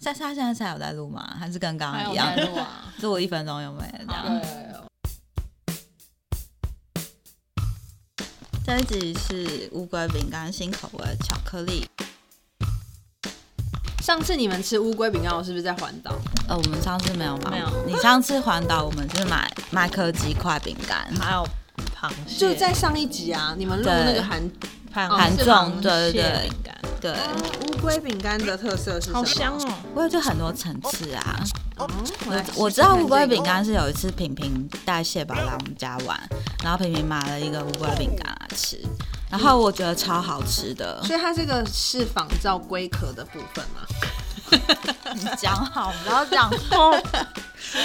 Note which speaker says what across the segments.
Speaker 1: 莎莎现在才有在录吗？还是跟刚
Speaker 2: 还
Speaker 1: 刚
Speaker 2: 有
Speaker 1: 一样
Speaker 2: 在？录啊？
Speaker 1: 录一分钟有没有？这样，
Speaker 2: 对，
Speaker 1: 这一集是乌龟饼干新口味巧克力。
Speaker 2: 上次你们吃乌龟饼干，我是不是在环岛？
Speaker 1: 呃，我们上次没有买，
Speaker 2: 没有
Speaker 1: 你上次环岛我们是买麦克鸡块饼干，
Speaker 3: 还有螃蟹，
Speaker 2: 就在上一集啊，你们录那
Speaker 1: 对
Speaker 2: 个韩
Speaker 3: 盘
Speaker 2: 哦
Speaker 1: 韩
Speaker 2: 是
Speaker 1: 粽，
Speaker 3: 螃
Speaker 1: 对对
Speaker 3: 蟹
Speaker 1: 对
Speaker 3: 饼干，
Speaker 1: 对，
Speaker 2: 乌龟饼干的特色是什么？
Speaker 3: 好香哦！
Speaker 1: 我有就很多层次啊。
Speaker 2: 哦！
Speaker 1: 我
Speaker 2: 来试试看
Speaker 1: 我知道乌龟
Speaker 2: 这个
Speaker 1: 饼干是有一次平平带蟹堡来我们家玩，然后平平买了一个乌龟饼干来吃，然后我觉得超好吃的。
Speaker 2: 所以它这个是仿照龟壳的部分嘛？
Speaker 1: 你讲好，不要讲
Speaker 3: 哦，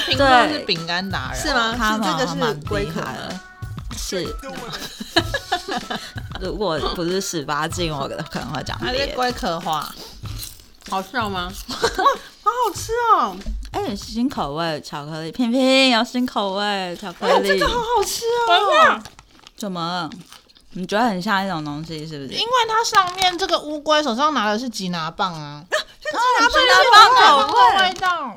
Speaker 3: 平哥是饼干达人，哦
Speaker 2: 是？吗？
Speaker 1: 他
Speaker 2: 啊是
Speaker 1: 们
Speaker 2: 这个
Speaker 1: 好像蛮
Speaker 2: 是龟
Speaker 1: 厉
Speaker 2: 壳
Speaker 1: 害
Speaker 2: 的
Speaker 1: 的， 是。 如果不是十八禁，我可能会讲
Speaker 3: 它
Speaker 1: 别
Speaker 3: 是
Speaker 1: 的。
Speaker 3: 龟壳花，
Speaker 2: 好笑吗？ 好好吃哦！
Speaker 1: 哎、新口味巧克力，偏偏有新口味巧克
Speaker 2: 哎，
Speaker 1: 力，
Speaker 2: 这个好好吃
Speaker 3: 哇
Speaker 2: 哦！
Speaker 1: 怎么了？你觉得很像一种东西，是不是
Speaker 3: 因？为它上面这个乌龟手上拿的是吉拿棒啊，
Speaker 1: 它
Speaker 3: 棒的味道，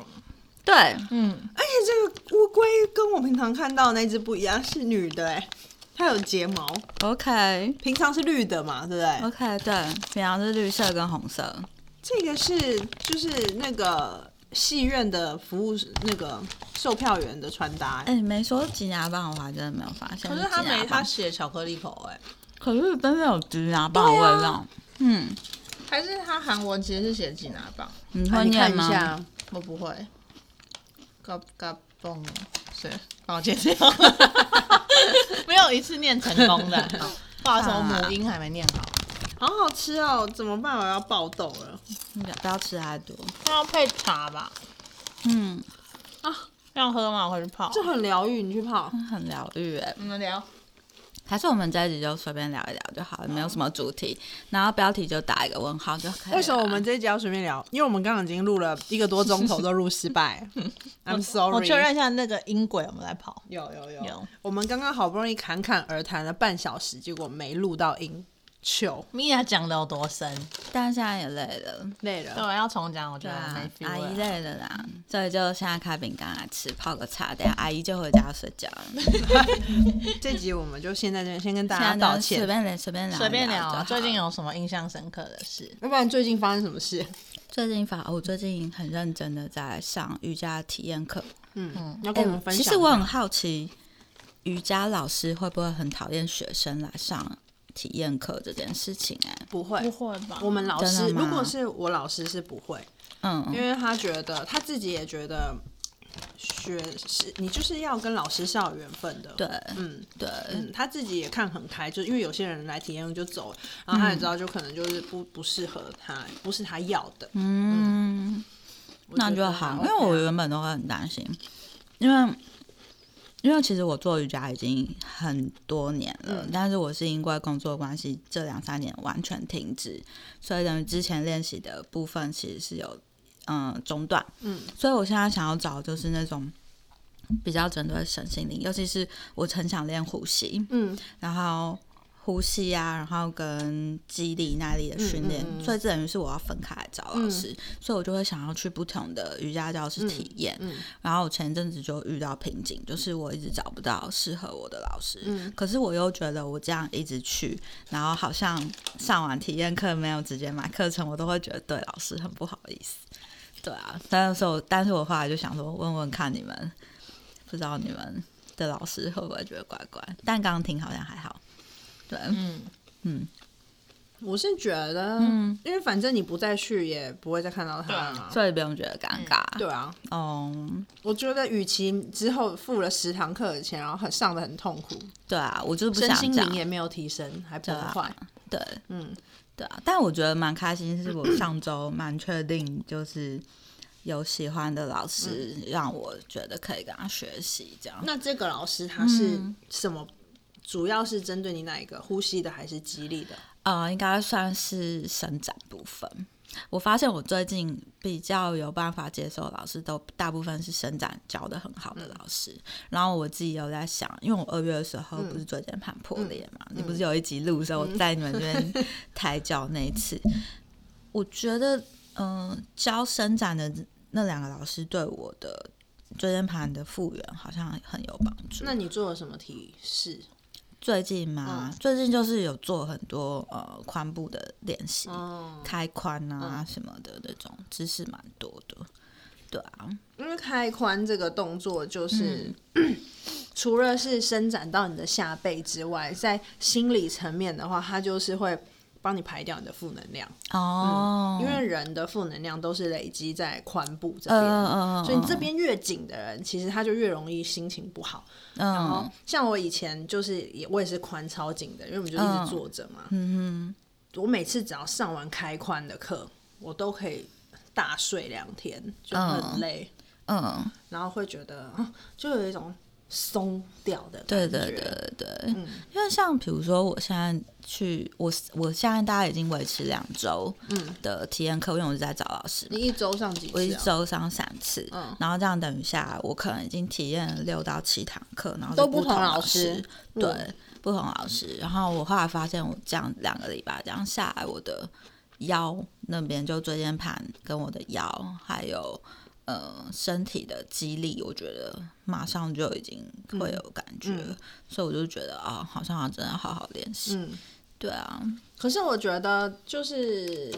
Speaker 1: 对，
Speaker 3: 嗯，
Speaker 2: 而且这个乌龟跟我平常看到的那只不一样，是女的哎，它有睫毛，
Speaker 1: ，OK
Speaker 2: 平常是绿的嘛，对不对？
Speaker 1: OK，对，平常是绿色跟红色，
Speaker 2: 这个是就是那个戏院的服务那个售票员的穿搭哎、
Speaker 1: 哎、没说吉拿棒，我还真的没有发现。
Speaker 3: 可是它
Speaker 1: 吉拿
Speaker 3: 没
Speaker 1: 棒
Speaker 3: 它，写巧克力口哎味，
Speaker 1: 可是真的有吉拿棒的
Speaker 2: 啊
Speaker 1: 味道。嗯，
Speaker 3: 还是它韩文其实是写吉拿棒，
Speaker 1: 你
Speaker 2: 啊
Speaker 1: 会
Speaker 2: 你
Speaker 1: 念
Speaker 2: 看一
Speaker 1: 吗？
Speaker 2: 下，
Speaker 3: 我不会，嘎嘎嘣，是帮我剪掉，哦 没有一次念成功 的，好不好意思，我母音还没念好，
Speaker 2: 好好吃哦！怎么办？我要爆痘了。
Speaker 3: 嗯
Speaker 1: 你不要不要吃太多。
Speaker 3: 它要配茶吧？
Speaker 1: 嗯，
Speaker 3: 要喝吗？我回去泡。
Speaker 2: 这很疗愈，你去泡。
Speaker 1: 很疗愈哎。
Speaker 3: 我们聊，
Speaker 1: 还是我们这一集就随便聊一聊就好了，没有什么主题，然后标题就打一个问号就可以了。
Speaker 2: 为什么我们这一集要随便聊？因为我们刚刚已经录了一个多钟头，都录失 败。I'm
Speaker 3: 我
Speaker 2: sorry。
Speaker 3: 确认一下那个音轨，我们来跑。
Speaker 2: 有有有
Speaker 3: 有
Speaker 2: 我们刚刚好不容易侃侃而谈了半小时，结果没录到音，糗，
Speaker 3: 米娅讲的有多深？
Speaker 1: 大家现在也累了，
Speaker 2: 累
Speaker 3: 对，
Speaker 2: 了。
Speaker 3: 我要重讲，我觉
Speaker 1: 对
Speaker 3: 得我
Speaker 1: 啊
Speaker 3: 没 feel
Speaker 1: 阿
Speaker 3: 了
Speaker 1: 姨累了啦，
Speaker 2: 嗯
Speaker 1: 所以就现在开饼干来吃，泡个茶，等下阿姨就回家睡觉了。
Speaker 2: 这集我们就现在这边先 跟大家
Speaker 1: 现在
Speaker 2: 道
Speaker 1: 就随
Speaker 2: 歉。
Speaker 1: 便聊，随便聊，
Speaker 3: 随便
Speaker 1: 啊就好
Speaker 3: 聊，啊
Speaker 1: 了
Speaker 3: 最近有什么印象深刻的事？
Speaker 2: 要不然最近发生什么事？
Speaker 1: 最近反，我最近很认真的在上瑜伽体验课，哦
Speaker 2: 嗯，要跟我们分享。
Speaker 1: 哎其实我很好奇，瑜伽老师会不会很讨厌学生来上体验课这件事情、哎，
Speaker 2: 不会，
Speaker 3: 会吧
Speaker 2: 我们老师
Speaker 1: 真的吗
Speaker 2: 如果是我老师是不会，因
Speaker 1: 嗯，
Speaker 2: 为他觉得他自己也觉得学是你就是要跟老师是要有缘分的。
Speaker 1: 对，
Speaker 2: 嗯，
Speaker 1: 对，
Speaker 2: 嗯，他自己也看很开，就是因为有些人来体验就走了，然后
Speaker 1: 嗯
Speaker 2: 他也知道就可能就是不不适合他，不是他要的。
Speaker 1: 嗯
Speaker 2: 我
Speaker 1: 那
Speaker 2: 觉
Speaker 1: 就
Speaker 2: 得
Speaker 1: 好，因
Speaker 2: OK
Speaker 1: 为
Speaker 2: 啊
Speaker 1: 我原本都会很担心，因为因为其实我做瑜伽已经很多年了，
Speaker 2: 嗯
Speaker 1: 但是我是因为工作关系这两三年完全停止，所以等于之前练习的部分其实是有嗯中断，
Speaker 2: 嗯，
Speaker 1: 所以我现在想要找就是那种。比较针对身心灵，尤其是我很想练呼吸，
Speaker 2: 嗯，
Speaker 1: 然后呼吸啊，然后跟肌力、耐力的训练，
Speaker 2: 嗯嗯嗯
Speaker 1: 所以这等于是我要分开来找老
Speaker 2: 嗯
Speaker 1: 师，所以我就会想要去不同的瑜伽教室体验。
Speaker 2: 嗯
Speaker 1: 然后我前一阵子就遇到瓶颈，就是我一直找不到适合我的老师，
Speaker 2: 嗯
Speaker 1: 可是我又觉得我这样一直去，然后好像上完体验课没有直接买课程，我都会觉得对老师很不好意思。对啊，但是我但是我后来就想说，问问看你们，不知道你们的老师会不会觉得怪怪？但刚刚听好像还好。对，
Speaker 3: 嗯，
Speaker 2: 我是觉得，
Speaker 1: 嗯
Speaker 2: 因为反正你不再去，也不会再看到他了嘛。
Speaker 1: 所以不用觉得尴尬。
Speaker 2: 对啊，
Speaker 1: 哦、
Speaker 2: 我觉得与其之后付了十堂课的钱，然后很上的很痛苦，
Speaker 1: 对啊，我就是不
Speaker 2: 身
Speaker 1: 想
Speaker 2: 心
Speaker 1: 这样
Speaker 2: 灵。也没有提升，还
Speaker 1: 对
Speaker 2: 崩
Speaker 1: 啊
Speaker 2: 坏。
Speaker 1: 对，
Speaker 2: 嗯，
Speaker 1: 对啊，但我觉得蛮开心，是我上周蛮确定，就是有喜欢的老师，
Speaker 2: 嗯
Speaker 1: 让我觉得可以跟他学习这样。
Speaker 2: 那这个老师他是
Speaker 1: 嗯
Speaker 2: 什么？主要是针对你哪一个？呼吸的还是肌力的？
Speaker 1: 呃，应该算是伸展部分。我发现我最近比较有办法接受的老师，都大部分是伸展教的很好
Speaker 2: 嗯
Speaker 1: 的老师。然后我自己有在想，因为我二月的时候不
Speaker 2: 嗯
Speaker 1: 是椎间盘破裂嘛，你不 是有一集录的时候，我在你们这边抬脚那一次，我觉得嗯，教伸展的那两个老师对我的椎间盘的复原好像很有帮助。
Speaker 2: 那你做了什么提示？
Speaker 1: 最近嘛，
Speaker 2: 嗯
Speaker 1: 最近就是有做很多呃髋部的练习，
Speaker 2: 哦，
Speaker 1: 开髋啊什么的那种姿势蛮多的。对啊，
Speaker 2: 因为开髋这个动作就是、
Speaker 1: 嗯
Speaker 2: 除了是伸展到你的下背之外，在心理层面的话，它就是会帮你排掉你的负能量，
Speaker 1: 哦，
Speaker 2: 嗯因为人的负能量都是累积在髋部这
Speaker 1: 嗯
Speaker 2: 边。
Speaker 1: 嗯嗯，
Speaker 2: 所以你这边越紧的人，其实他就越容易心情不好。然后
Speaker 1: 嗯
Speaker 2: 像我以前就是也我也是髋超紧的，因为我们就一
Speaker 1: 嗯
Speaker 2: 直坐着嘛。
Speaker 1: 嗯
Speaker 2: 我每次只要上完开髋的课，我都可以大睡两天，就很
Speaker 1: 嗯
Speaker 2: 累，
Speaker 1: 哼嗯，
Speaker 2: 然后会觉得啊，就有一种松掉的
Speaker 1: 对
Speaker 2: 感
Speaker 1: 对
Speaker 2: 觉。
Speaker 1: 对对，
Speaker 2: 嗯
Speaker 1: 因为像比如说我现在去我我现在大概已经维持两周
Speaker 2: 嗯，
Speaker 1: 的体验课，因为我是在找老师嘛
Speaker 2: 你一周上几次、啊？
Speaker 1: 我一周上三次，
Speaker 2: 嗯
Speaker 1: 然后这样等于下来，我可能已经体验了六到七堂课，然后是
Speaker 2: 都
Speaker 1: 不
Speaker 2: 不同老
Speaker 1: 老
Speaker 2: 师
Speaker 1: 对，
Speaker 2: 嗯
Speaker 1: 不同老师。然后我后来发现，我这样两个礼拜这样下来，我的腰那边就椎间盘跟我的腰，还有呃身体的肌力，我觉得马上就已经会有感觉，
Speaker 2: 嗯嗯
Speaker 1: 所以我就觉得啊、好像要真的好好练习。
Speaker 2: 嗯。
Speaker 1: 对啊，
Speaker 2: 可是我觉得，就是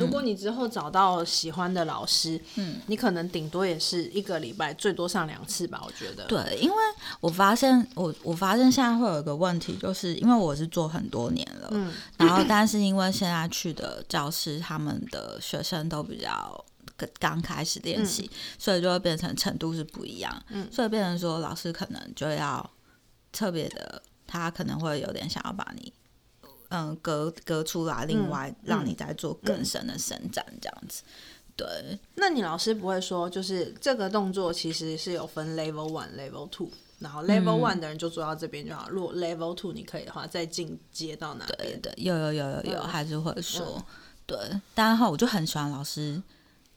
Speaker 2: 如果你之后找到喜欢的老师，嗯，你可能顶多也是一个礼拜，最多上两次吧。我觉得，，
Speaker 1: 对，因为我发现我我发现现在会有一个问题，就是因为我是做很多年了，
Speaker 2: 嗯
Speaker 1: 然后但是因为现在去的教室，他们的学生都比较刚刚开始练习，所以就会变成程度是不一样，
Speaker 2: 嗯
Speaker 1: 所以变成说老师可能就要特别的，他可能会有点想要把你。嗯，隔隔出来，
Speaker 2: 嗯
Speaker 1: 另外让你再做更深的伸展，这样子。对，
Speaker 2: 那你老师不会说，就是这个动作其实是有分 level one、level two，然后 level one 的人就做到这边就好。如果 level two 你可以的话，再进阶到哪
Speaker 1: 对
Speaker 2: 边？
Speaker 1: 对，有有有有有，
Speaker 2: 嗯
Speaker 1: 还是会说、对。但后我就很喜欢老师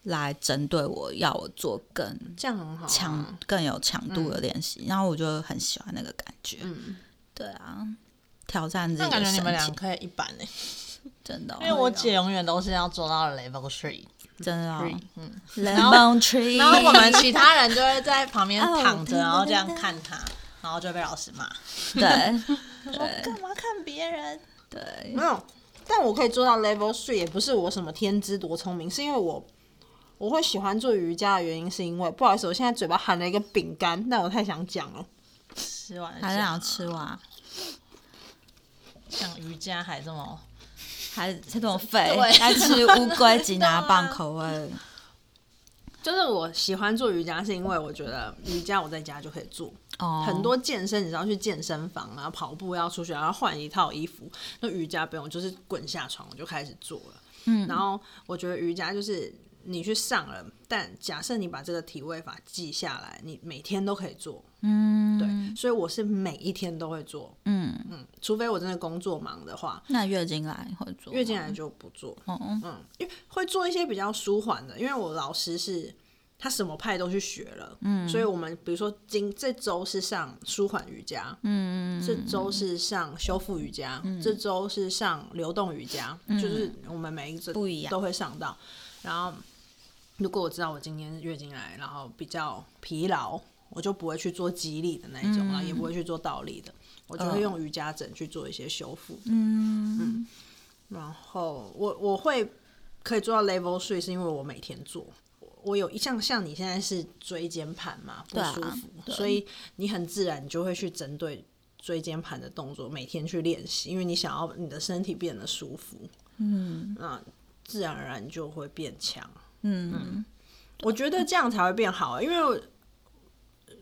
Speaker 1: 来针对我，要我做更
Speaker 2: 这样很好、啊。
Speaker 1: 强、
Speaker 3: 嗯
Speaker 1: 更有强度的练习，然后我就很喜欢那个感觉。
Speaker 2: 嗯，
Speaker 1: 对啊，挑战自己
Speaker 3: 那感
Speaker 1: 的
Speaker 3: 觉你们
Speaker 1: 身
Speaker 3: 俩
Speaker 1: 体，
Speaker 3: 可啊以一般呢、
Speaker 1: 真的哦、
Speaker 3: 因为我姐永远都是要做到 level three
Speaker 1: 真的、哦
Speaker 3: three，嗯，后
Speaker 1: Lemon Tree，
Speaker 3: 然后我们其他人就会在旁边
Speaker 1: 哦
Speaker 3: 躺着，
Speaker 1: 对
Speaker 3: 然后这样
Speaker 1: 对对
Speaker 3: 看她，然后就被老师骂，
Speaker 1: 对
Speaker 3: 说哦干嘛看别人？
Speaker 1: 对
Speaker 2: 没有。但我可以做到 level three，也不是我什么天资多聪明，是因为我我会喜欢做瑜伽的原因，是因为不好意思，我现在嘴巴含了一个饼干，但我太想讲了。
Speaker 3: 吃完
Speaker 1: 还想 吃完，
Speaker 3: 啊像瑜伽还这么
Speaker 1: 还这种肥
Speaker 3: 对，啊
Speaker 1: 还吃乌龟吉拿棒口味，
Speaker 2: 就是我喜欢做瑜伽，是因为我觉得瑜伽我在家就可以做，
Speaker 1: 哦，
Speaker 2: 很多健身，你知道去健身房啊，跑步要出去，然后换一套衣服。那瑜伽不用，就是滚下床我就开始做了。嗯，然后我觉得瑜伽就是你去上了，但假设你把这个体位法记下来，你每天都可以做。
Speaker 1: 嗯，
Speaker 2: 对，所以我是每一天都会做，
Speaker 1: 嗯，
Speaker 2: 嗯，除非我真的工作忙的话，
Speaker 1: 那月经来会做吗，
Speaker 2: 月经来就不做。
Speaker 1: 哦，嗯
Speaker 2: 嗯，因为会做一些比较舒缓的，因为我老师是他什么派都去学了，嗯，所以我们比如说今这周是上舒缓瑜伽，嗯，这周是上修复瑜伽，
Speaker 1: 嗯
Speaker 2: 这周是上流动瑜伽，就是我们每一个
Speaker 1: 不一样
Speaker 2: 都会上到。然后如果我知道我今天月经来，然后比较疲劳，我就不会去做肌力的那一种了，也不会去做倒立的，我就会
Speaker 1: 嗯
Speaker 2: 用瑜伽枕去做一些修复。
Speaker 1: 嗯
Speaker 2: 然后我我会可以做到 level three，是因为我每天做。我我有一像像你现在是椎间盘嘛，不
Speaker 1: 对啊
Speaker 2: 舒服，
Speaker 1: 对
Speaker 2: 所以你很自然你就会去针对椎间盘的动作，每天去练习，因为你想要你的身体变得舒服，
Speaker 1: 嗯
Speaker 2: 那自然而然就会变强。
Speaker 1: 嗯，
Speaker 2: 我觉得这样才会变好，啊因为我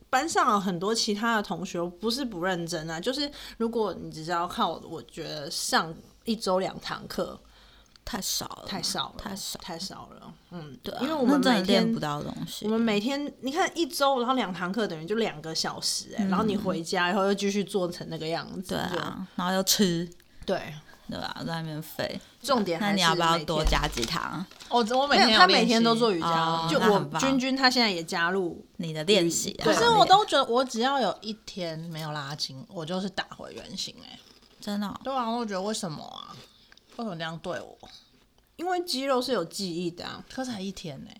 Speaker 2: 班上有很多其他的同学不是不认真啊，就是如果你只是要靠，我觉得上一周两堂课，
Speaker 1: 太少了，
Speaker 2: 太少了，
Speaker 1: 太少，
Speaker 2: 太少了。嗯，
Speaker 1: 对啊，
Speaker 2: 因为我们
Speaker 1: 那真
Speaker 2: 每
Speaker 1: 的练
Speaker 2: 天
Speaker 1: 不到的东西，
Speaker 2: 我们每天你看一周，然后两堂课等于就两个小时、哎、然后你回家以后又继续做成那个样子，
Speaker 1: 对啊，然后又吃，
Speaker 2: 就，对。
Speaker 1: 对吧、在那边飞，
Speaker 2: 重点还
Speaker 1: 那
Speaker 2: 是
Speaker 1: 你要不要
Speaker 2: 每天
Speaker 1: 多？加几堂
Speaker 3: 我我每
Speaker 2: 没有，
Speaker 3: 天
Speaker 2: 他
Speaker 3: 有练
Speaker 2: 每天
Speaker 3: 习
Speaker 2: 都做瑜
Speaker 1: 哦
Speaker 2: 伽，就
Speaker 1: 那很
Speaker 2: 我
Speaker 1: 棒
Speaker 2: 君君他现在也加入，
Speaker 1: 你的练习、啊？
Speaker 2: 可
Speaker 3: 可是
Speaker 1: 那
Speaker 3: 我
Speaker 1: 个
Speaker 3: 都觉得，我只要有一天没有拉筋，我就是打回原形哎、
Speaker 1: 真的哦、
Speaker 3: 对啊，我就觉得为什么啊？为什么这样对我？
Speaker 2: 因因为肌肉是有记忆的啊，
Speaker 3: 可才一天呢、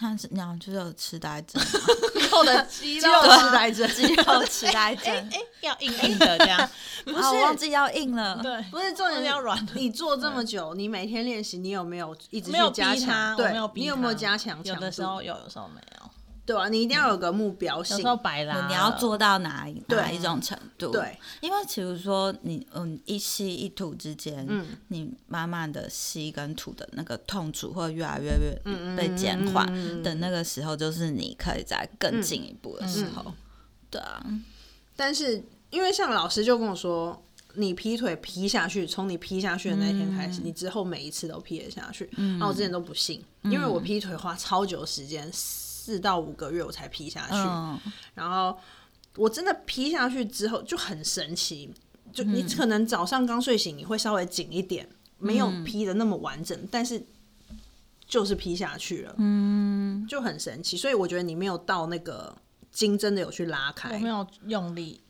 Speaker 1: 但是你要就是有痴呆症啊，
Speaker 3: 我的肌
Speaker 2: 肌肉痴呆症，
Speaker 1: 肌肉痴呆症，
Speaker 3: 哎、要硬硬的这样，
Speaker 1: 不啊是我忘记要硬了，
Speaker 3: 对，
Speaker 2: 不是重点
Speaker 3: 要软的
Speaker 2: 你做这么久，你每天练习，你有没有一直
Speaker 3: 没有
Speaker 2: 去
Speaker 3: 逼
Speaker 2: 加
Speaker 3: 他，
Speaker 2: 强？
Speaker 3: 我
Speaker 2: 对，
Speaker 3: 没有逼
Speaker 2: 你有
Speaker 3: 他
Speaker 2: 没有加强
Speaker 3: 有
Speaker 2: 强
Speaker 3: 的时候
Speaker 2: 度？
Speaker 3: 有，有时候没有，
Speaker 2: 对啊，你一定要有个目标
Speaker 3: 有
Speaker 2: 性
Speaker 3: 时。候白啊拉。
Speaker 1: 你要做，到哪一哪
Speaker 2: 啊对
Speaker 1: 一种程度？
Speaker 2: 对，
Speaker 1: 因为比如说你嗯一吸一吐之间，
Speaker 2: 嗯
Speaker 1: 你慢慢的吸跟吐的那个痛楚会越来越越
Speaker 2: 嗯嗯
Speaker 1: 被减缓
Speaker 2: 嗯嗯嗯
Speaker 1: 的那个时候，就是你可以在更进一步的时候，
Speaker 2: 嗯
Speaker 1: 对啊，
Speaker 2: 但是因为像老师就跟我说，你劈腿劈下去，从你劈下去的那一天开始，你之后每一次都劈得下去。然后我之前都不信，因为我劈腿花超久时间，四到五个月我才劈下去。
Speaker 1: 嗯，
Speaker 2: 然后我真的劈下去之后就很神奇，就你可能早上刚睡醒，你会稍微紧一点，没有劈的那么完整，但是就是劈下去了，嗯，就很神奇。所以我觉得你没有到那个筋真的有去拉
Speaker 3: 我
Speaker 2: 开
Speaker 3: 没，有用力，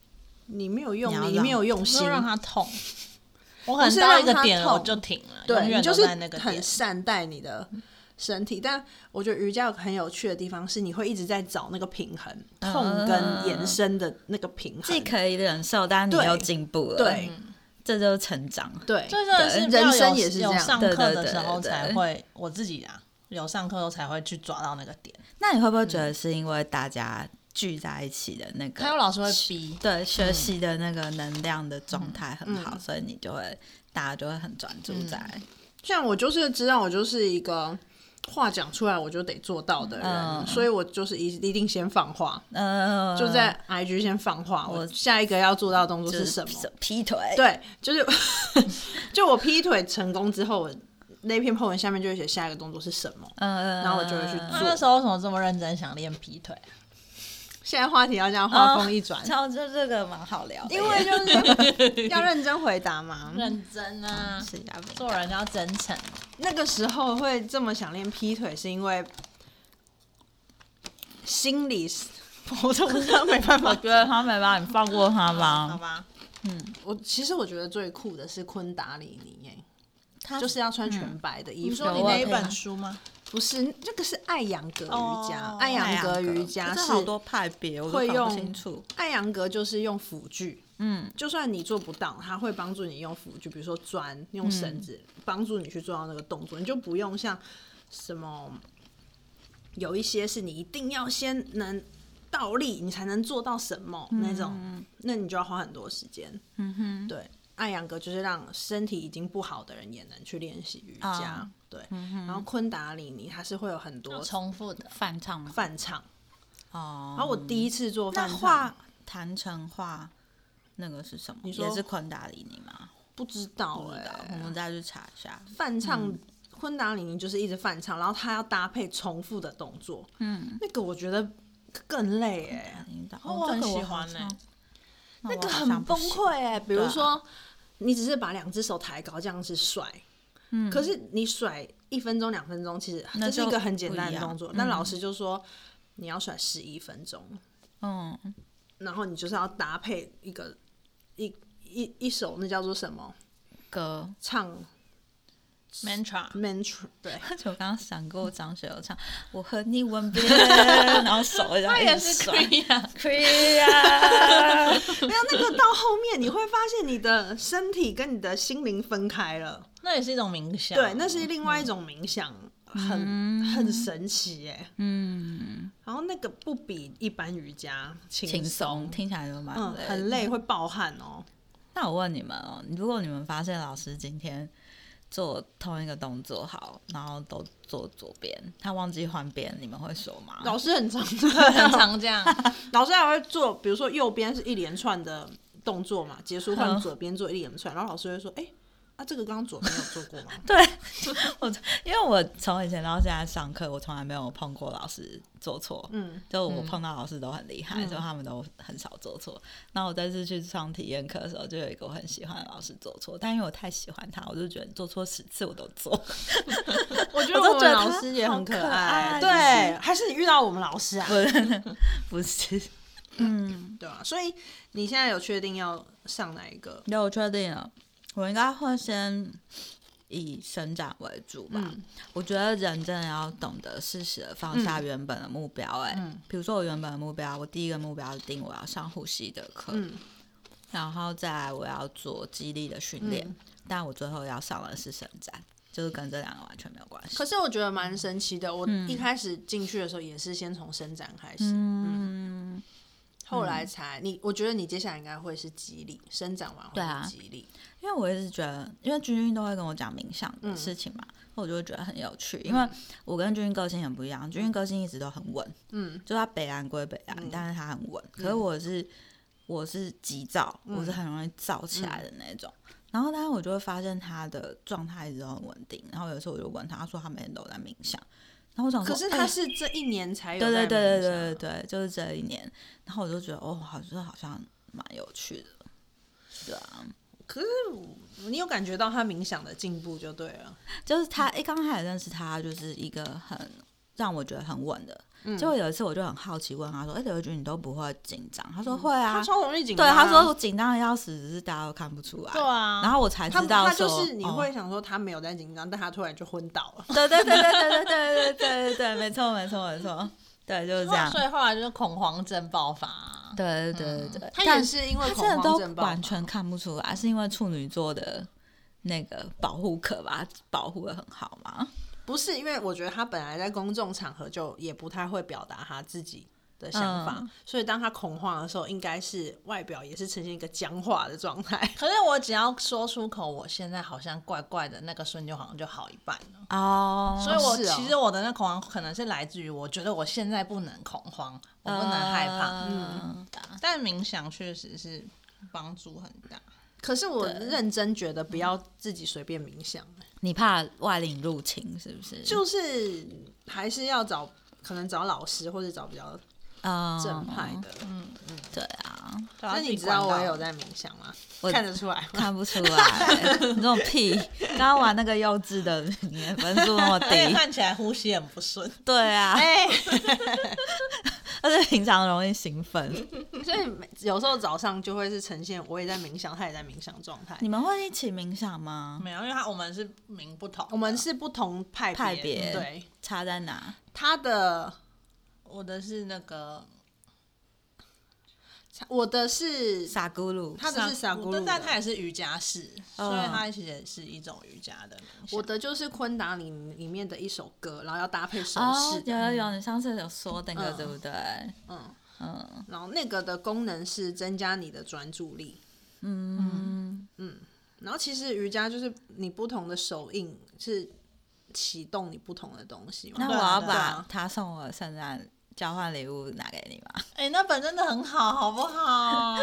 Speaker 2: 你没有用
Speaker 1: 你要让
Speaker 2: 力，你没有用
Speaker 3: 没
Speaker 2: 心
Speaker 3: 有，让他痛。我
Speaker 2: 不
Speaker 3: 可能
Speaker 2: 是
Speaker 3: 到
Speaker 2: 让
Speaker 3: 一个
Speaker 2: 他
Speaker 3: 点了
Speaker 2: 痛
Speaker 3: 我就停了，永
Speaker 2: 对
Speaker 3: 远
Speaker 2: 你就
Speaker 3: 都
Speaker 2: 是
Speaker 3: 在那个
Speaker 2: 很
Speaker 3: 点。
Speaker 2: 善待你的。身体，但我觉得瑜伽有个很有趣的地方是，你会一直在找那个平衡，
Speaker 3: 嗯
Speaker 2: 痛跟延伸的那个平衡。
Speaker 1: 既可以忍受，但你
Speaker 2: 对
Speaker 1: 又进步了，
Speaker 2: 对，
Speaker 1: 这就是成长。
Speaker 2: 对，
Speaker 3: 这真的是
Speaker 2: 人
Speaker 3: 要有
Speaker 2: 生也是这
Speaker 3: 有
Speaker 2: 样
Speaker 3: 上
Speaker 1: 对
Speaker 3: 课
Speaker 1: 对
Speaker 3: 的时
Speaker 1: 对
Speaker 3: 候
Speaker 1: 对
Speaker 3: 才会，我自己啊，有上课的时候才会去抓到那个点。
Speaker 1: 那你会
Speaker 2: 嗯
Speaker 1: 不会觉得是因为大家聚在一起的那
Speaker 3: 还有
Speaker 1: 个
Speaker 3: 老师会逼，
Speaker 1: 对
Speaker 2: 嗯
Speaker 1: 学习的那个能量的状态很好，所以你就会大家就会很专注在。
Speaker 2: 像我就是知道我就是一个话讲出来我就得做到的人，
Speaker 1: 嗯
Speaker 2: 所以我就是一一定先放话，
Speaker 3: 嗯
Speaker 1: 呃，
Speaker 2: 嗯就在 IG 先放话，我
Speaker 1: 我
Speaker 2: 下一个要做到的动作
Speaker 1: 就是
Speaker 2: 什么？
Speaker 1: 劈腿，
Speaker 2: 对，就是 就我劈腿成功之后，我那篇 po 文下面就会写下一个动作是什么。
Speaker 1: 嗯，
Speaker 2: 然后我就会去
Speaker 3: 那
Speaker 2: 做
Speaker 3: 那时候为什么这么认真想练劈腿啊？
Speaker 2: 现在话题要这样话锋一转，
Speaker 1: 就就这个蛮好聊的耶，
Speaker 2: 嗯因为 就是要认真回答 嘛。
Speaker 3: 认真啊，
Speaker 1: 是呀，
Speaker 3: 做人要真诚。啊
Speaker 2: 那个时候会这么想练劈腿，是因为心 里是我都不知道没办法
Speaker 1: 我觉得他没办法，你放过他
Speaker 3: 好
Speaker 1: 吧。
Speaker 3: 吧，
Speaker 2: 我其实我觉得最酷的是昆达里尼耶，
Speaker 1: 他
Speaker 2: 就是要穿全白的衣
Speaker 3: 你
Speaker 2: 服。
Speaker 3: 说你
Speaker 1: 我
Speaker 3: 那
Speaker 1: 也
Speaker 3: 一
Speaker 1: 可以
Speaker 3: 本
Speaker 1: 吗
Speaker 3: 书吗？
Speaker 2: 不是那个是艾扬格瑜伽，
Speaker 3: 哦
Speaker 2: 艾扬格瑜
Speaker 1: 可
Speaker 2: 伽
Speaker 1: 是好多派别，我都
Speaker 2: 会
Speaker 1: 搞
Speaker 2: 用
Speaker 1: 不清楚。
Speaker 2: 艾扬格就是用辅具，嗯，就算你做不到，它会帮助你用辅具，比如说砖、用绳子帮、助你去做到那个动作，你就不用像什么有一些是你一定要先能倒立，你才能做到什么、那种，那你就要花很多时间。嗯哼，对，艾扬格就是让身体已经不好的人也能去练习瑜伽，
Speaker 1: 啊
Speaker 2: 对，然后昆达里尼它是会有很多
Speaker 3: 重复的，
Speaker 1: 翻唱嘛，
Speaker 2: 饭场，
Speaker 1: 哦
Speaker 2: 然后我第一次做
Speaker 1: 那
Speaker 2: 饭
Speaker 1: 画坛城画那个是什么？
Speaker 2: 你说
Speaker 1: 也是昆达里尼吗？
Speaker 2: 不知道
Speaker 1: 不
Speaker 2: 哎、
Speaker 1: 知道，我们再去查一下。
Speaker 2: 翻唱昆达里尼就是一直翻唱，然后他要搭配重复的动作，嗯，那个我觉得更累哎、
Speaker 1: 哦
Speaker 3: 我很
Speaker 1: 这个
Speaker 3: 喜
Speaker 1: 好
Speaker 3: 欢
Speaker 1: 像
Speaker 3: 欸
Speaker 1: 那
Speaker 2: 那
Speaker 1: 我
Speaker 2: 个
Speaker 1: 好
Speaker 2: 很
Speaker 1: 像不
Speaker 2: 崩
Speaker 1: 行
Speaker 2: 溃哎、比
Speaker 1: 对
Speaker 2: 如
Speaker 1: 啊
Speaker 2: 说，你只是把两只手抬高这样子甩，嗯，可是你甩一分钟、两分钟，其实
Speaker 1: 那
Speaker 2: 这是一
Speaker 1: 就
Speaker 2: 个很简
Speaker 1: 不
Speaker 2: 单
Speaker 1: 一
Speaker 2: 的
Speaker 1: 样
Speaker 2: 动作。那老师就说你要甩十一分钟，
Speaker 1: 嗯，
Speaker 2: 然后你就是要搭配一个一一一首那叫做什么
Speaker 1: 歌。
Speaker 2: 唱
Speaker 3: mantra。
Speaker 2: mantra 对。
Speaker 1: 就我刚刚闪过张学友唱《我和你吻别》，然后手这样
Speaker 3: 他
Speaker 1: 一
Speaker 3: 也
Speaker 1: 直
Speaker 3: 是
Speaker 1: 甩
Speaker 3: 可以啊，
Speaker 1: ，Korea，
Speaker 2: 没有那个到后面，你会发现你的身体跟你的心灵分开了。
Speaker 3: 那也是一种冥想。
Speaker 2: 对，那是另外一种冥想，很很神奇耶。嗯，然后那个不比一般瑜伽
Speaker 1: 轻
Speaker 2: 轻
Speaker 1: 松，，听起来就蛮
Speaker 2: 嗯，
Speaker 1: 累的
Speaker 2: 很累，会暴汗哦。
Speaker 1: 那我问你们哦，如果你们发现老师今天做同一个动作好，然后都做左边，他忘记换边，你们会说吗？
Speaker 2: 老师很常，
Speaker 3: 很常这样。
Speaker 2: 老师还会做，比如说右边是一连串的动作嘛，结束换左边做一连串，然后老师会说：“哎，啊，这个刚刚左边有做过 吗？”
Speaker 1: 对，我因为我从以前到现在上课，我从来没有碰过老师做错。
Speaker 2: 嗯，
Speaker 1: 就我碰到老师都很厉害，就他们都很少做错。那我这次去上体验课的时候，就有一个我很喜欢的老师做错，但因为我太喜欢他，我就觉得做错十次我都做。
Speaker 2: 我觉
Speaker 1: 我
Speaker 2: 得
Speaker 1: 都觉
Speaker 2: 我们
Speaker 1: 得
Speaker 2: 老
Speaker 1: 他
Speaker 2: 师也
Speaker 1: 好
Speaker 2: 很可
Speaker 1: 可
Speaker 2: 爱
Speaker 1: 爱，
Speaker 2: 对，还是你遇到我们老师啊？
Speaker 1: 不是，
Speaker 2: 对啊，所以你现在有确定要上哪一个？
Speaker 1: 那我确定了，我应该会先以伸展为主吧。
Speaker 2: 嗯
Speaker 1: 我觉得人真的要懂得适时的放
Speaker 2: 嗯
Speaker 1: 下原本的目标、欸。哎、比如说我原本的目标，我第一个目标是定我要上呼吸的课，
Speaker 2: 嗯
Speaker 1: 然后再来我要做肌力的训练，
Speaker 2: 嗯
Speaker 1: 但我最后要上的是伸展，就是跟这两个完全没有关系。
Speaker 2: 可是我觉得蛮神奇的，我一开始进去的时候也是先从伸展开始，
Speaker 1: 嗯，
Speaker 2: 后来才你，我觉得你接下来应该会是肌力，伸展完会
Speaker 1: 对啊
Speaker 2: 是肌力，
Speaker 1: 因为我一直觉得，因为君君都会跟我讲冥想的
Speaker 2: 嗯
Speaker 1: 事情嘛，我就会觉得很有趣。因为我跟君君个性很不一样，君君个性一直都很稳，
Speaker 2: 嗯，
Speaker 1: 就他北岸归北岸，
Speaker 2: 嗯
Speaker 1: 但是他很稳。可是我是、我是急躁，我
Speaker 2: 嗯
Speaker 1: 是很容易躁起来的那种。然后，但是我就会发现他的状态一直都很稳定。然后有时候我就问他，他说他每天都有在冥想。然后我想说，
Speaker 2: 可是他
Speaker 1: 哎
Speaker 2: 是这一年才有
Speaker 1: 对对
Speaker 2: 在
Speaker 1: 对对
Speaker 2: 冥想
Speaker 1: 对对
Speaker 2: 啊
Speaker 1: 对，就是这一年。然后我就觉得，哦，好像好像蛮有趣的，对啊。
Speaker 2: 你有感觉到他冥想的进步就对了。
Speaker 1: 就是他一刚开始认识他，就是一个很让我觉得很稳的。
Speaker 2: 嗯
Speaker 1: 结果有一次我就很好奇问他说：“哎、刘刘君，你都不会紧张？”他说：“会啊
Speaker 2: 嗯他。超容易紧张
Speaker 1: 对，
Speaker 2: 啊，
Speaker 1: 他说我紧张的要死，只是大家都看不出来。
Speaker 3: 对啊，
Speaker 1: 然后我才
Speaker 2: 他
Speaker 1: 知道
Speaker 2: 他就
Speaker 1: 说，
Speaker 2: 是你会
Speaker 1: 哦
Speaker 2: 想说他没有在紧张，但他突然就昏倒了。
Speaker 1: 对对对对对对对对对对，没错没错没错，对就是这样。
Speaker 3: 所以后来就是恐慌症爆发啊、
Speaker 1: 对对对对对，
Speaker 2: 嗯他也
Speaker 1: 但
Speaker 2: 是因为
Speaker 1: 他
Speaker 2: 恐
Speaker 1: 真的
Speaker 2: 慌症
Speaker 1: 都
Speaker 2: 爆
Speaker 1: 完
Speaker 2: 发
Speaker 1: 全看不出来，是因为处女座的那个保护壳吧，保护的很好嘛。
Speaker 2: 不是因为我觉得他本来在公众场合就也不太会表达他自己的想法，
Speaker 1: 嗯
Speaker 2: 所以当他恐慌的时候，应该是外表也是呈现一个僵化的状态。
Speaker 3: 可是我只要说出口，我现在好像怪怪的，那个瞬间好像就好一半了。
Speaker 1: 哦，
Speaker 3: 所以我、
Speaker 2: 是哦
Speaker 3: 其实我的那恐慌可能是来自于我觉得我现在不能恐慌，我不能害怕。
Speaker 1: 嗯
Speaker 3: 但冥想确实是帮助很大。
Speaker 2: 可是我认真觉得不要自己随便冥想，欸
Speaker 1: 你怕外领入侵是不是？
Speaker 2: 就是还是要找可能找老师或者找比较
Speaker 1: 嗯，
Speaker 2: 正派的。
Speaker 1: 对啊，
Speaker 2: 那、
Speaker 3: 那
Speaker 2: 你知道我有在冥想吗？
Speaker 1: 我
Speaker 2: 看得出来 吗？
Speaker 1: 看不出来， 你这种屁！刚刚玩那个幼稚的，你的分数那么
Speaker 3: 而且
Speaker 1: 低，
Speaker 3: 看起来呼吸很不顺。
Speaker 1: 对啊，
Speaker 2: 哎、
Speaker 1: 而且平常容易兴奋。
Speaker 2: 所以每有时候早上就会是呈现我也在冥想，他也在冥想状态。
Speaker 1: 你们会一起冥想吗？
Speaker 3: 没有，因为他我们是名不同，
Speaker 2: 我们是不同派
Speaker 1: 派别
Speaker 2: 对
Speaker 1: 差在哪？
Speaker 2: 他的
Speaker 3: 我的是那个
Speaker 2: 我的是
Speaker 1: 傻咕噜，
Speaker 2: 他的是傻啊咕噜的
Speaker 3: 但他也是瑜伽式，
Speaker 1: 嗯
Speaker 3: 所以他其实也是一种瑜伽的冥想。
Speaker 2: 我的就是昆达里里面的一首歌，然后要搭配手
Speaker 1: 哦
Speaker 2: 势，的，
Speaker 1: 有有有，你上次有说那个
Speaker 2: 嗯
Speaker 1: 对不对？
Speaker 2: 嗯，
Speaker 1: 嗯
Speaker 2: 然后那个的功能是增加你的专注力。
Speaker 1: 嗯，
Speaker 2: 然后其实瑜伽就是你不同的手印是启动你不同的东西嘛。
Speaker 1: 那我
Speaker 3: 啊
Speaker 1: 要
Speaker 3: 对
Speaker 1: 把
Speaker 2: 啊
Speaker 1: 他送我的圣诞交换礼物拿给你吗？？
Speaker 3: 哎、那本真的很好，好不好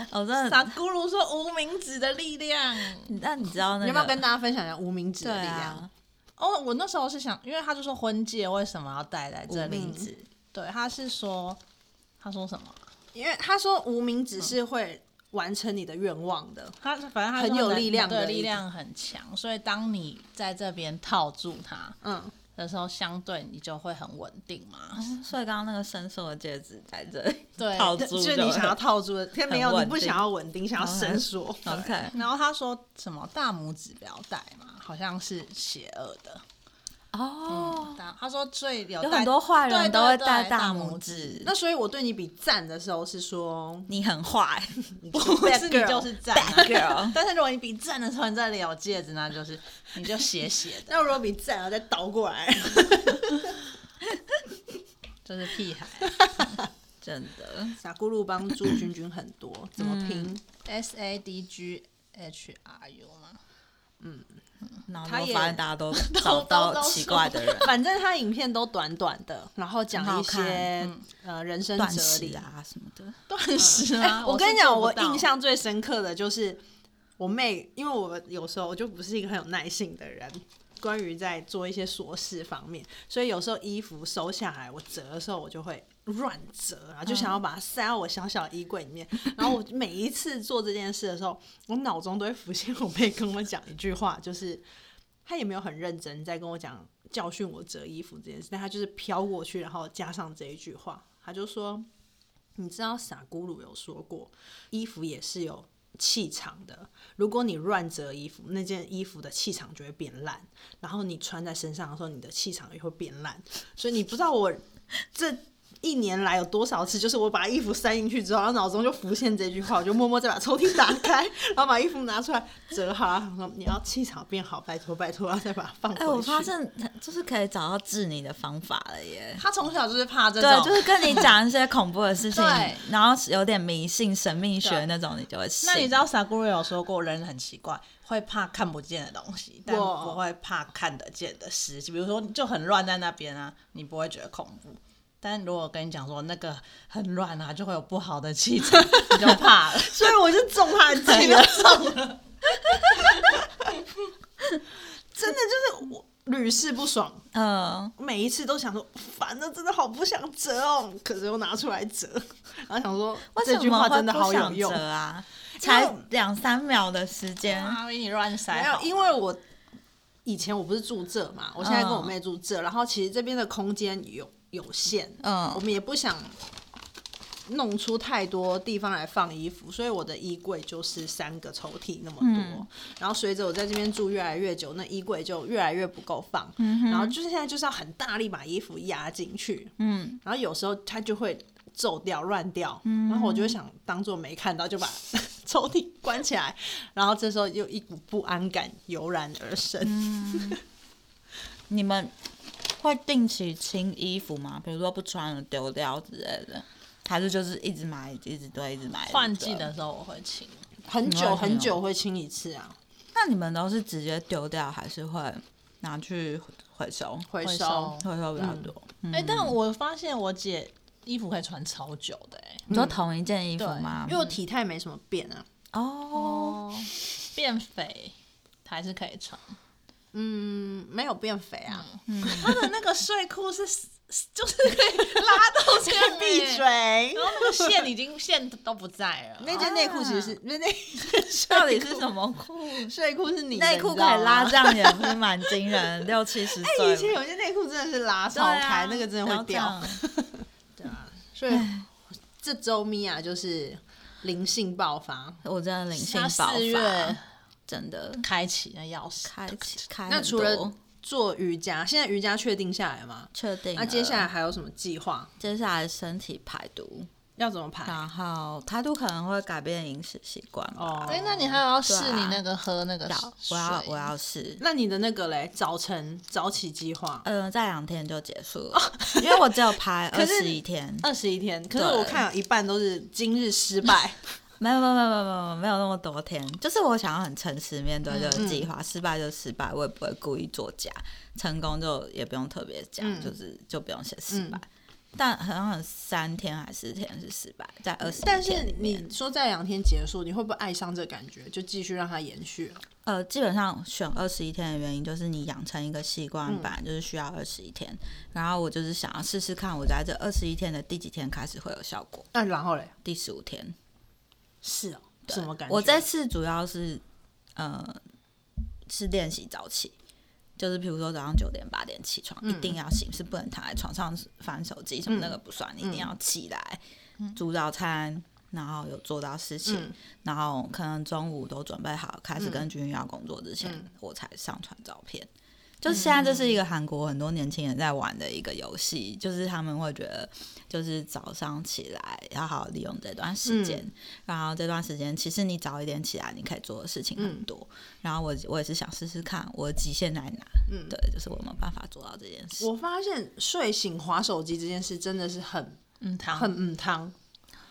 Speaker 1: 我真
Speaker 3: 傻
Speaker 1: 的，
Speaker 3: 咕噜说无名指的力量。
Speaker 1: 那你知道那个？
Speaker 2: 你要不要跟大家分享一下无名指
Speaker 1: 对
Speaker 2: 的力
Speaker 1: 啊
Speaker 2: 量？？
Speaker 3: 哦，我那时候是想，因为他就说婚戒为什么要戴在这
Speaker 2: 无
Speaker 3: 里
Speaker 2: 名？
Speaker 3: 指，对，他是说他说什么？
Speaker 2: 因为他说无名指是会完成你的愿望的，
Speaker 3: 他反正他
Speaker 2: 很
Speaker 3: 说
Speaker 2: 有力量的
Speaker 3: 对，
Speaker 2: 一
Speaker 3: 力
Speaker 2: 个
Speaker 3: 量很强，所以当你在这边套住它
Speaker 2: 嗯，
Speaker 3: 的时候，相对你就会很稳定嘛。
Speaker 2: 哦
Speaker 1: 所以刚刚那个伸缩的戒指在这里，
Speaker 3: 对
Speaker 1: 套
Speaker 2: 就
Speaker 1: 住
Speaker 2: 是
Speaker 1: 的
Speaker 2: 你想要套住的，但
Speaker 1: 很
Speaker 2: 没有
Speaker 1: 稳
Speaker 2: 你不
Speaker 1: 定
Speaker 2: 想要稳定，想要伸缩。
Speaker 1: OK，
Speaker 2: 嗯
Speaker 3: 然后他说什么大拇指不要戴嘛，好像是邪恶的。
Speaker 2: 嗯
Speaker 1: 哦，
Speaker 3: 大他说最有
Speaker 1: 有
Speaker 3: 戴
Speaker 1: 很多坏
Speaker 3: 对
Speaker 1: 人都
Speaker 3: 对
Speaker 1: 会
Speaker 3: 对
Speaker 1: 戴
Speaker 3: 大
Speaker 1: 拇
Speaker 3: 指，
Speaker 2: 那所以我对你比赞的时候是说，
Speaker 1: 你很坏
Speaker 2: 不
Speaker 3: 不是你就是赞、
Speaker 1: ，bad
Speaker 3: 啊。
Speaker 1: girl。
Speaker 3: 但是如果你比赞的时候，你这里有戒指，那就是你就斜斜的，
Speaker 2: 那如果比赞，然后再倒过来，
Speaker 3: 就是屁孩。
Speaker 1: 真的，
Speaker 2: 傻咕噜帮助君君很多，怎
Speaker 1: 嗯
Speaker 2: 么拼？
Speaker 3: S A D G H R U 吗？
Speaker 1: 然后
Speaker 2: 他
Speaker 1: 我
Speaker 2: 也
Speaker 1: 发现大家都找
Speaker 3: 都
Speaker 1: 到
Speaker 3: 说
Speaker 1: 奇怪的人，
Speaker 2: 反正他影片都短短的，然后讲
Speaker 1: 很好
Speaker 2: 一些、
Speaker 3: 看嗯
Speaker 2: 呃人生
Speaker 1: 断
Speaker 2: 哲
Speaker 1: 食
Speaker 2: 理。
Speaker 1: 啊什么的。
Speaker 3: 断
Speaker 1: 嗯
Speaker 3: 食啊！
Speaker 2: 哎
Speaker 1: 哎
Speaker 2: 我跟你讲，我印
Speaker 3: 印象。
Speaker 2: 象最深刻的就是我妹，因为我有时候我就不是一个很有耐性的人，关于在做一些琐事方面，所以有时候衣服收下来，我折的时候我就会乱折啊，然后就想要把它塞到我小小的衣柜里面。然后我每一次做这件事的时候，我脑中都会浮现我妹跟我讲一句话，就是她也没有很认真在跟我讲教训我折衣服这件事，但她就是飘过去，然后加上这一句话，她就说。你知道傻咕噜有说过，衣服也是有气场的。如果你乱折衣服，那件衣服的气场就会变烂，然后你穿在身上的时候，你的气场也会变烂。所以你不知道我这一年来有多少次，就是我把衣服塞进去之后，然后脑中就浮现这句话，我就默默再把抽屉打开，然后把衣服拿出来折好，然后想说你要气场变好，拜托拜托，然后再把它放回去。
Speaker 1: 哎，我发现就是可以找到治你的方法了耶。
Speaker 3: 他从小就是怕这种，
Speaker 1: 对，就是跟你讲一些恐怖的事情
Speaker 3: 对，
Speaker 1: 然后有点迷信、神秘学那种，你就会信。
Speaker 3: 那你知道 Sakura 有说过，人很奇怪，会怕看不见的东西，但
Speaker 2: 哇
Speaker 3: 不会怕看得见的事。比如说，就很乱在那边啊，你不会觉得恐怖。但如果跟你讲说那个很乱啊，就会有不好的气场，你就 怕了。
Speaker 2: 所以我就中他的计了， 真的就是我屡试不爽，
Speaker 1: 嗯，
Speaker 2: 每一次都想说烦了，真的好不想折哦，可是又拿出来折，然后想说
Speaker 1: 为
Speaker 2: 这
Speaker 1: 什
Speaker 2: 句
Speaker 1: 么
Speaker 2: 话
Speaker 1: 会
Speaker 2: 真的
Speaker 1: 不
Speaker 2: 好有
Speaker 1: 想
Speaker 2: 用
Speaker 1: 折，啊？
Speaker 2: 因
Speaker 1: 才
Speaker 2: 为
Speaker 1: 两三秒的时间，
Speaker 3: 妈咪，你乱塞
Speaker 2: 没
Speaker 3: 好
Speaker 2: 有，
Speaker 3: 了，
Speaker 2: 因为我以前我不是住这嘛，我现在跟我妹住这，然后其实这边的空间有有限，
Speaker 1: 嗯
Speaker 2: 我们也不想弄出太多地方来放衣服，所以我的衣柜就是三个抽屉那么多。
Speaker 1: 嗯
Speaker 2: 然后随着我在这边住越来越久，那衣柜就越来越不够放，然后就是现在就是要很大力把衣服压进去，
Speaker 1: 嗯，
Speaker 2: 然后有时候它就会皱掉、乱掉，然后我就会想当做没看到，就把 抽屉关起来，然后这时候又一股不安感油然而生。
Speaker 1: 你们会定期清衣服吗？比如说不穿了丢掉之类的，还是就是一直买、一直堆、一直买？
Speaker 3: 换
Speaker 1: 一
Speaker 3: 季
Speaker 1: 直堆
Speaker 3: 的时候我会请，
Speaker 2: 很
Speaker 1: 没
Speaker 2: 久
Speaker 1: 有
Speaker 2: 很久会清一次啊，
Speaker 1: 那你们都是直接丢掉，还是会拿去回收？
Speaker 2: 回
Speaker 3: 回
Speaker 2: 收
Speaker 3: 收。
Speaker 1: 回收比嗯较多。
Speaker 2: 嗯
Speaker 3: 哎、但我发现我姐衣服可以穿超久的、哎，
Speaker 1: 你说同一件衣服
Speaker 3: 对
Speaker 1: 吗
Speaker 2: 因？为我体态没什么变啊，
Speaker 1: 哦，
Speaker 3: 变肥还是可以 穿。
Speaker 2: 嗯，没有变肥啊，
Speaker 3: 她的那个睡裤是就是可以拉到 这样、
Speaker 2: 闭嘴。
Speaker 3: 然后那个线已经线都不在了。
Speaker 2: 那件内裤其 实
Speaker 1: 啊
Speaker 2: 是那那
Speaker 1: 到底是什么裤？
Speaker 2: 睡裤是你的
Speaker 1: 内裤可以拉，这
Speaker 2: 你知道吗
Speaker 1: 样也不是蛮惊人， 六七十
Speaker 2: 哎以前
Speaker 1: 岁吧。
Speaker 2: 有些内裤真的是拉
Speaker 1: 对
Speaker 2: 超
Speaker 1: 啊
Speaker 2: 开，那个真的会
Speaker 1: 不要
Speaker 2: 掉。
Speaker 1: 这样
Speaker 2: 所以这周咪啊就是灵性爆发。
Speaker 1: 我真的灵性爆
Speaker 3: 她四
Speaker 1: 发
Speaker 3: 月，
Speaker 1: 真的
Speaker 3: 开启那钥匙，
Speaker 1: 开启开很多。
Speaker 2: 那除了做瑜伽，现在瑜伽确定下来吗？
Speaker 1: 确定了，
Speaker 2: 那接下来还有什么计划？
Speaker 1: 接下来身体排毒，
Speaker 2: 要怎么排？
Speaker 1: 然后排毒可能会改变饮食习惯吧。
Speaker 2: 哦，
Speaker 3: 哎、那你还有要试
Speaker 1: 对啊
Speaker 3: 你那个喝那个
Speaker 1: 要我
Speaker 3: 水
Speaker 1: 要我要试，
Speaker 2: 那你的那个嘞，早晨早起计划
Speaker 1: 嗯、呃，在两天就结束 了，因为我只有排
Speaker 2: 可
Speaker 1: 二
Speaker 2: 是呃
Speaker 1: 十一天，
Speaker 2: 二十一天，可是
Speaker 1: 对
Speaker 2: 我看有一半都是今日失败，
Speaker 1: 没有没有没有没有没有没有那么多天，就是我想要很诚实面对这
Speaker 2: 嗯
Speaker 1: 个计划，失败就失败，我也不会故意作假，成功就也不用特别讲，
Speaker 2: 嗯
Speaker 1: 就是就不用写失败。但好像有三天还是四天是失败，在二十，
Speaker 2: 但是你说在两天结束，你会不会爱上这感觉，就继续让它延续？
Speaker 1: 呃，基本上选二十一天的原因就是你养成一个习惯，
Speaker 2: 嗯
Speaker 1: 本来就是需要二十一天。然后我就是想要试试看，我在这二十一天的第几天开始会有效果？
Speaker 2: 那然后嘞，
Speaker 1: 第十五天。
Speaker 2: 是哦，什么感觉？
Speaker 1: 我这次主要是呃是练习早起，就是比如说早上九点八点起床，
Speaker 2: 嗯
Speaker 1: 一定要醒，是不能躺在床上翻手机什么那个不算，
Speaker 2: 嗯
Speaker 1: 你一定要起来、煮早餐，然后有做到事情，
Speaker 2: 嗯
Speaker 1: 然后可能中午都准备好，开始跟君君要工作之前，
Speaker 2: 嗯
Speaker 1: 我才上传照片。就是现在，这是一个韩国很多年轻人在玩的一个游戏，就是他们会觉得，就是早上起来要好好利用这段
Speaker 2: 嗯
Speaker 1: 时间，然后这段时间其实你早一点起来，你可以做的事情
Speaker 2: 嗯
Speaker 1: 很多。然后我我也是想试试看，我的极限在哪？
Speaker 2: 嗯
Speaker 1: 对，就是我有没有办法做到这件事。
Speaker 2: 我发现睡醒划手机这件事真的是很
Speaker 3: 嗯糖，
Speaker 2: 很嗯汤，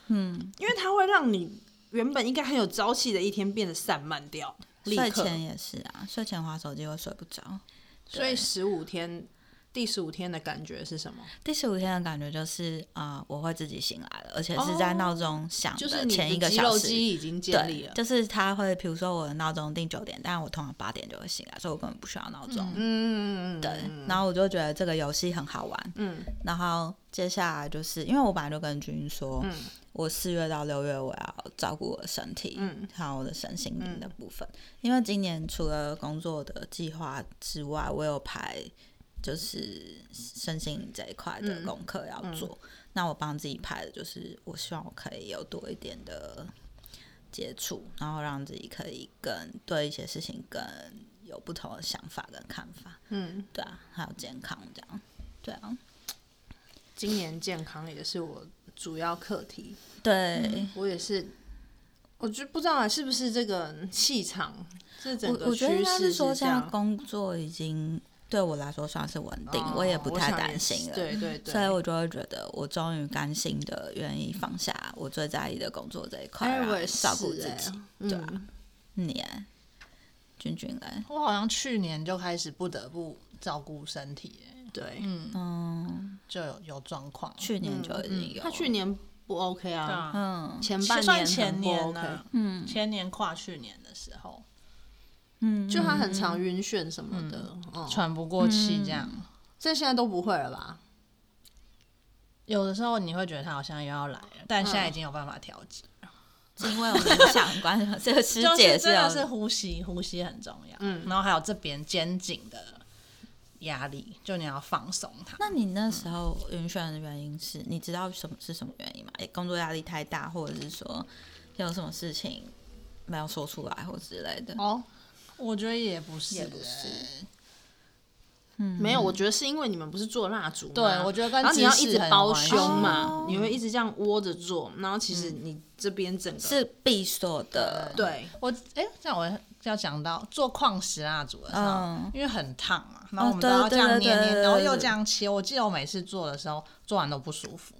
Speaker 2: 嗯，因为它会让你原本应该很有朝气的一天变得散漫掉，立
Speaker 1: 睡
Speaker 2: 刻。
Speaker 1: 前也是啊，睡前划手机会睡不着。
Speaker 2: 所以十五天，第十五天的感觉是什么？
Speaker 1: 第十五天的感觉就是啊、呃我会自己醒来了，而且是在闹钟响
Speaker 2: 哦就是
Speaker 1: 的
Speaker 2: 你
Speaker 1: 前一
Speaker 2: 的
Speaker 1: 个
Speaker 2: 肌
Speaker 1: 小
Speaker 2: 肉
Speaker 1: 时。
Speaker 2: 记忆已经建立
Speaker 1: 对，
Speaker 2: 了。
Speaker 1: 就是它会，比如说我的闹钟定九点，但我通常八点就会醒来，所以我根本不需要闹钟。
Speaker 2: 嗯，
Speaker 1: 对，然后我就觉得这个游戏很好玩。
Speaker 2: 嗯
Speaker 1: 然后接下来就是因为我本来就跟君说，
Speaker 2: 嗯
Speaker 1: 我四月到六月我要照顾我的身体，
Speaker 2: 嗯
Speaker 1: 还有我的身心灵的部分。因为今年除了工作的计划之外，我有排就是身心灵这一块的
Speaker 2: 嗯
Speaker 1: 功课要做。那我帮自己排的就是，我希望我可以有多一点的接触，然后让自己可以更对一些事情更有不同的想法跟看法。
Speaker 2: 嗯，
Speaker 1: 对啊，还有健康这样。对啊，
Speaker 2: 今年健康也是我主要课题，
Speaker 1: 对，
Speaker 2: 我也是，我就不知道啊是不是这个气场，这整
Speaker 1: 我
Speaker 2: 个
Speaker 1: 我觉得应
Speaker 2: 趋
Speaker 1: 该
Speaker 2: 势
Speaker 1: 说，
Speaker 2: 这
Speaker 1: 现在
Speaker 2: 样。
Speaker 1: 工作已经对我来说算是稳定，
Speaker 2: 哦
Speaker 1: 我也不太
Speaker 2: 想
Speaker 1: 担
Speaker 2: 也是
Speaker 1: 心了。
Speaker 2: 对对对，
Speaker 1: 所以我就会觉得，我终于甘心的愿意放下我最在意的工作这一块，
Speaker 2: 哎，
Speaker 1: 然后
Speaker 2: 我也是
Speaker 1: 照顾自
Speaker 2: 哎
Speaker 1: 己。
Speaker 2: 嗯
Speaker 1: 对啊你欸，君君嘞，
Speaker 3: 我好像去年就开始不得不照顾身体、欸，
Speaker 2: 对，
Speaker 1: 嗯，
Speaker 3: 就有有状况。
Speaker 1: 去年就已经有，
Speaker 2: 嗯他去年不 OK
Speaker 3: 对
Speaker 2: 啊，
Speaker 3: 啊，
Speaker 1: 嗯
Speaker 2: 前
Speaker 3: 其
Speaker 2: 半年
Speaker 3: 实算
Speaker 2: 很
Speaker 3: 前
Speaker 2: 不
Speaker 3: 年
Speaker 2: OK
Speaker 3: 呢、嗯，前年跨去年的时候，
Speaker 1: 嗯，
Speaker 2: 就他很常晕眩什么的，
Speaker 3: 嗯
Speaker 2: 哦，
Speaker 3: 喘不过气这样。
Speaker 2: 这现在都不会了吧？
Speaker 3: 有的时候你会觉得他好像又要来了，但现在已经有办法调节。
Speaker 1: 是因为我们想关 系，这个师
Speaker 3: 就
Speaker 1: 姐
Speaker 3: 是真的是
Speaker 1: 有，
Speaker 3: 呼吸，呼吸很重要。
Speaker 2: 嗯
Speaker 3: 然后还有这边肩颈的压力，就你要放松它。
Speaker 1: 那你那时候晕眩的原因是你知道什么是什么原因吗？诶工作压力太大，或者是说有什么事情没有说出来，或之类的。
Speaker 3: 哦，我觉得也不是、
Speaker 1: 也不是
Speaker 3: 欸
Speaker 2: 没有，我觉得是因为你们不是做蜡烛吗，
Speaker 3: 对我觉得跟
Speaker 2: 然后你要
Speaker 3: 姿势
Speaker 2: 一直
Speaker 3: 很有
Speaker 2: 包
Speaker 3: 关系嗯
Speaker 2: 胸嘛，你会一直这样窝着做，然后其实你这边整个
Speaker 1: 是闭锁的，
Speaker 2: 对，
Speaker 3: 我哎、这样我要讲到做矿石蜡烛的时候，
Speaker 1: 嗯
Speaker 3: 因为很烫嘛，然后我们
Speaker 1: 对
Speaker 3: 都要这样
Speaker 1: 对对
Speaker 3: 捏
Speaker 1: 对
Speaker 3: 捏，
Speaker 1: 对
Speaker 3: 然后又
Speaker 1: 对
Speaker 3: 这样切。我记得我每次做的时候，做完都不舒服，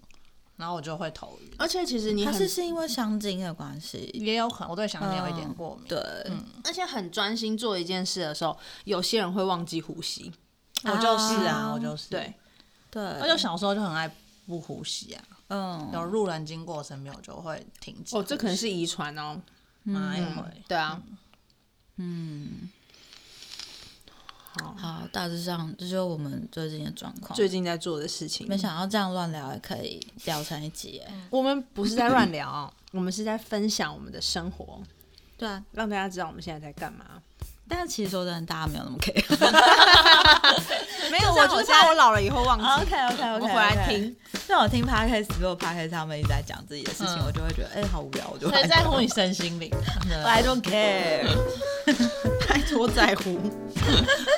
Speaker 3: 然后我就会头晕。
Speaker 2: 而且其实你
Speaker 1: 它
Speaker 2: 很
Speaker 1: 是是因为香精的关系，嗯
Speaker 3: 也有可能我对香精有一点过敏，嗯
Speaker 1: 对，
Speaker 2: 而且很专心做一件事的时候，有些人会忘记呼吸，
Speaker 3: 我就是啊，
Speaker 1: 啊
Speaker 3: 我就是。
Speaker 2: 对，
Speaker 1: 对，
Speaker 3: 而且小时候就很爱不呼吸啊，
Speaker 1: 嗯，
Speaker 3: 有路人经过身边，我就会停止。
Speaker 2: 哦，这可能是遗传哦，
Speaker 3: 妈也
Speaker 2: 嗯
Speaker 3: 会。
Speaker 2: 对啊，
Speaker 1: 好，大致上这就是我们最近的状况。
Speaker 2: 最近在做的事情
Speaker 1: 没，想到这样乱聊也可以聊成一集耶。
Speaker 3: 嗯
Speaker 2: 我们不 是在乱聊哦，我们是在分享我们的生活，
Speaker 1: 对啊，
Speaker 2: 让大家知道我们现在在干嘛。
Speaker 1: 但是其实说真的，大家没有那么 care。
Speaker 2: 没有，
Speaker 1: 这
Speaker 2: 我
Speaker 1: 样
Speaker 2: 就
Speaker 1: 我
Speaker 2: 是
Speaker 1: 现在
Speaker 2: 怕我老了以后忘记。
Speaker 1: OK
Speaker 2: 我们回来。听，
Speaker 1: 但我听 podcast，如果 podcast 他们一直在讲自己的事情，
Speaker 3: 嗯
Speaker 1: 我就会觉得哎、好无聊，我就
Speaker 3: 所以
Speaker 1: 来
Speaker 3: 在乎你身心灵，
Speaker 1: I don't care。
Speaker 2: 拜托在乎。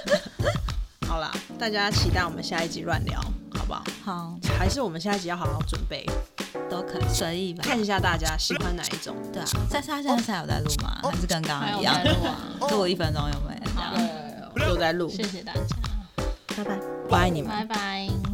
Speaker 2: 好啦，大家期待我们下一集乱聊，好不好？
Speaker 1: 好，
Speaker 2: 还是我们下一集要好好准备，
Speaker 1: 都可以随意吧。
Speaker 2: 看一下大家喜欢哪一种。
Speaker 1: 对啊，莎莎现在现在有在录吗？还是跟刚
Speaker 3: 还
Speaker 1: 刚
Speaker 3: 有
Speaker 1: 一样
Speaker 3: 在？录啊。
Speaker 1: 录一分钟有没有？这样
Speaker 2: 都在录，
Speaker 3: 谢谢大家，
Speaker 2: 拜拜，我爱你们。
Speaker 3: 拜拜。